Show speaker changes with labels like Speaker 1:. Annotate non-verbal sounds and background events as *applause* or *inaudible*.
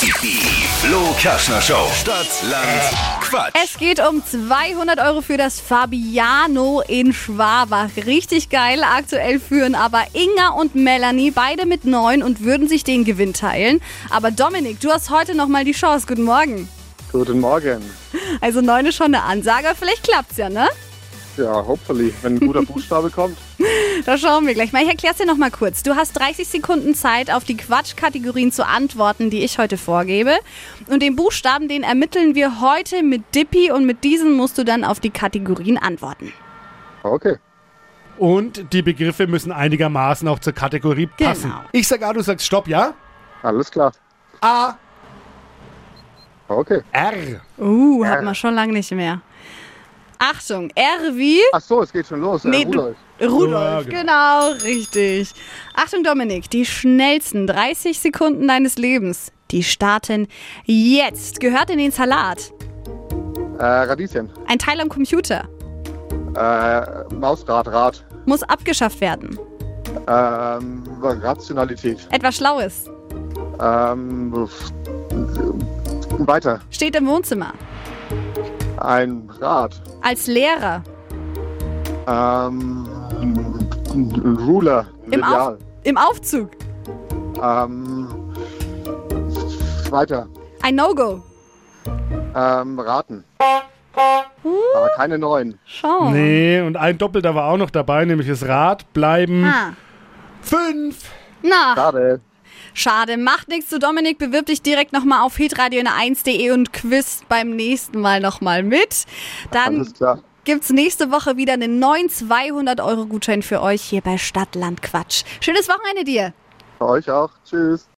Speaker 1: Die Flo Kaschner Show. Stadt, Land, Quatsch.
Speaker 2: Es geht um 200 Euro für das Fabiano in Schwabach. Richtig geil. Aktuell führen aber Inga und Melanie beide mit neun und würden sich den Gewinn teilen. Aber Dominik, du hast heute nochmal die Chance. Guten Morgen.
Speaker 3: Guten Morgen.
Speaker 2: Also neun ist schon eine Ansage. Vielleicht klappt's ja, ne?
Speaker 3: Ja, hoffentlich, wenn ein *laughs* guter Buchstabe kommt.
Speaker 2: Da schauen wir gleich mal. Ich erkläre es dir nochmal kurz. Du hast 30 Sekunden Zeit, auf die Quatschkategorien zu antworten, die ich heute vorgebe. Und den Buchstaben, den ermitteln wir heute mit Dippy und mit diesen musst du dann auf die Kategorien antworten.
Speaker 3: Okay.
Speaker 4: Und die Begriffe müssen einigermaßen auch zur Kategorie passen.
Speaker 2: Genau.
Speaker 4: Ich sag A, du sagst Stopp, ja?
Speaker 3: Alles klar.
Speaker 4: A,
Speaker 3: Okay.
Speaker 4: R.
Speaker 2: Uh, hat man schon lange nicht mehr. Achtung, R wie
Speaker 3: Ach so, es geht schon los.
Speaker 2: Nee,
Speaker 3: äh, Rudolf.
Speaker 2: du- Rudolf,
Speaker 4: Ja,
Speaker 2: genau. richtig. Achtung, Dominik, die schnellsten 30 Sekunden deines Lebens, die starten jetzt. Gehört in den Salat.
Speaker 3: Äh, Radieschen.
Speaker 2: Ein Teil am Computer.
Speaker 3: Äh, Mausrad, Rad.
Speaker 2: Muss abgeschafft werden.
Speaker 3: Ähm, Rationalität.
Speaker 2: Etwas Schlaues.
Speaker 3: Ähm, pf- weiter.
Speaker 2: Steht im Wohnzimmer.
Speaker 3: Ein Rad.
Speaker 2: Als Lehrer.
Speaker 3: Ähm, ein Ruler. ein
Speaker 2: Im, Auf
Speaker 3: Lineal.
Speaker 2: Im Aufzug.
Speaker 3: Ähm, weiter.
Speaker 2: Ein No-Go.
Speaker 3: Ähm, Raten. Aber keine neuen.
Speaker 2: Schau.
Speaker 4: Nee, und ein Doppelter war auch noch dabei, nämlich das Rad bleiben.
Speaker 2: Ah.
Speaker 4: Fünf.
Speaker 2: Na,
Speaker 3: Schade.
Speaker 2: schade. Macht nichts zu Dominik. Bewirb dich direkt nochmal auf hitradio 1de und quiz beim nächsten Mal nochmal mit. Dann
Speaker 3: Alles klar.
Speaker 2: gibt's nächste Woche wieder einen neuen 200-Euro-Gutschein für euch hier bei Stadtland Quatsch. Schönes Wochenende dir.
Speaker 3: Euch auch. Tschüss.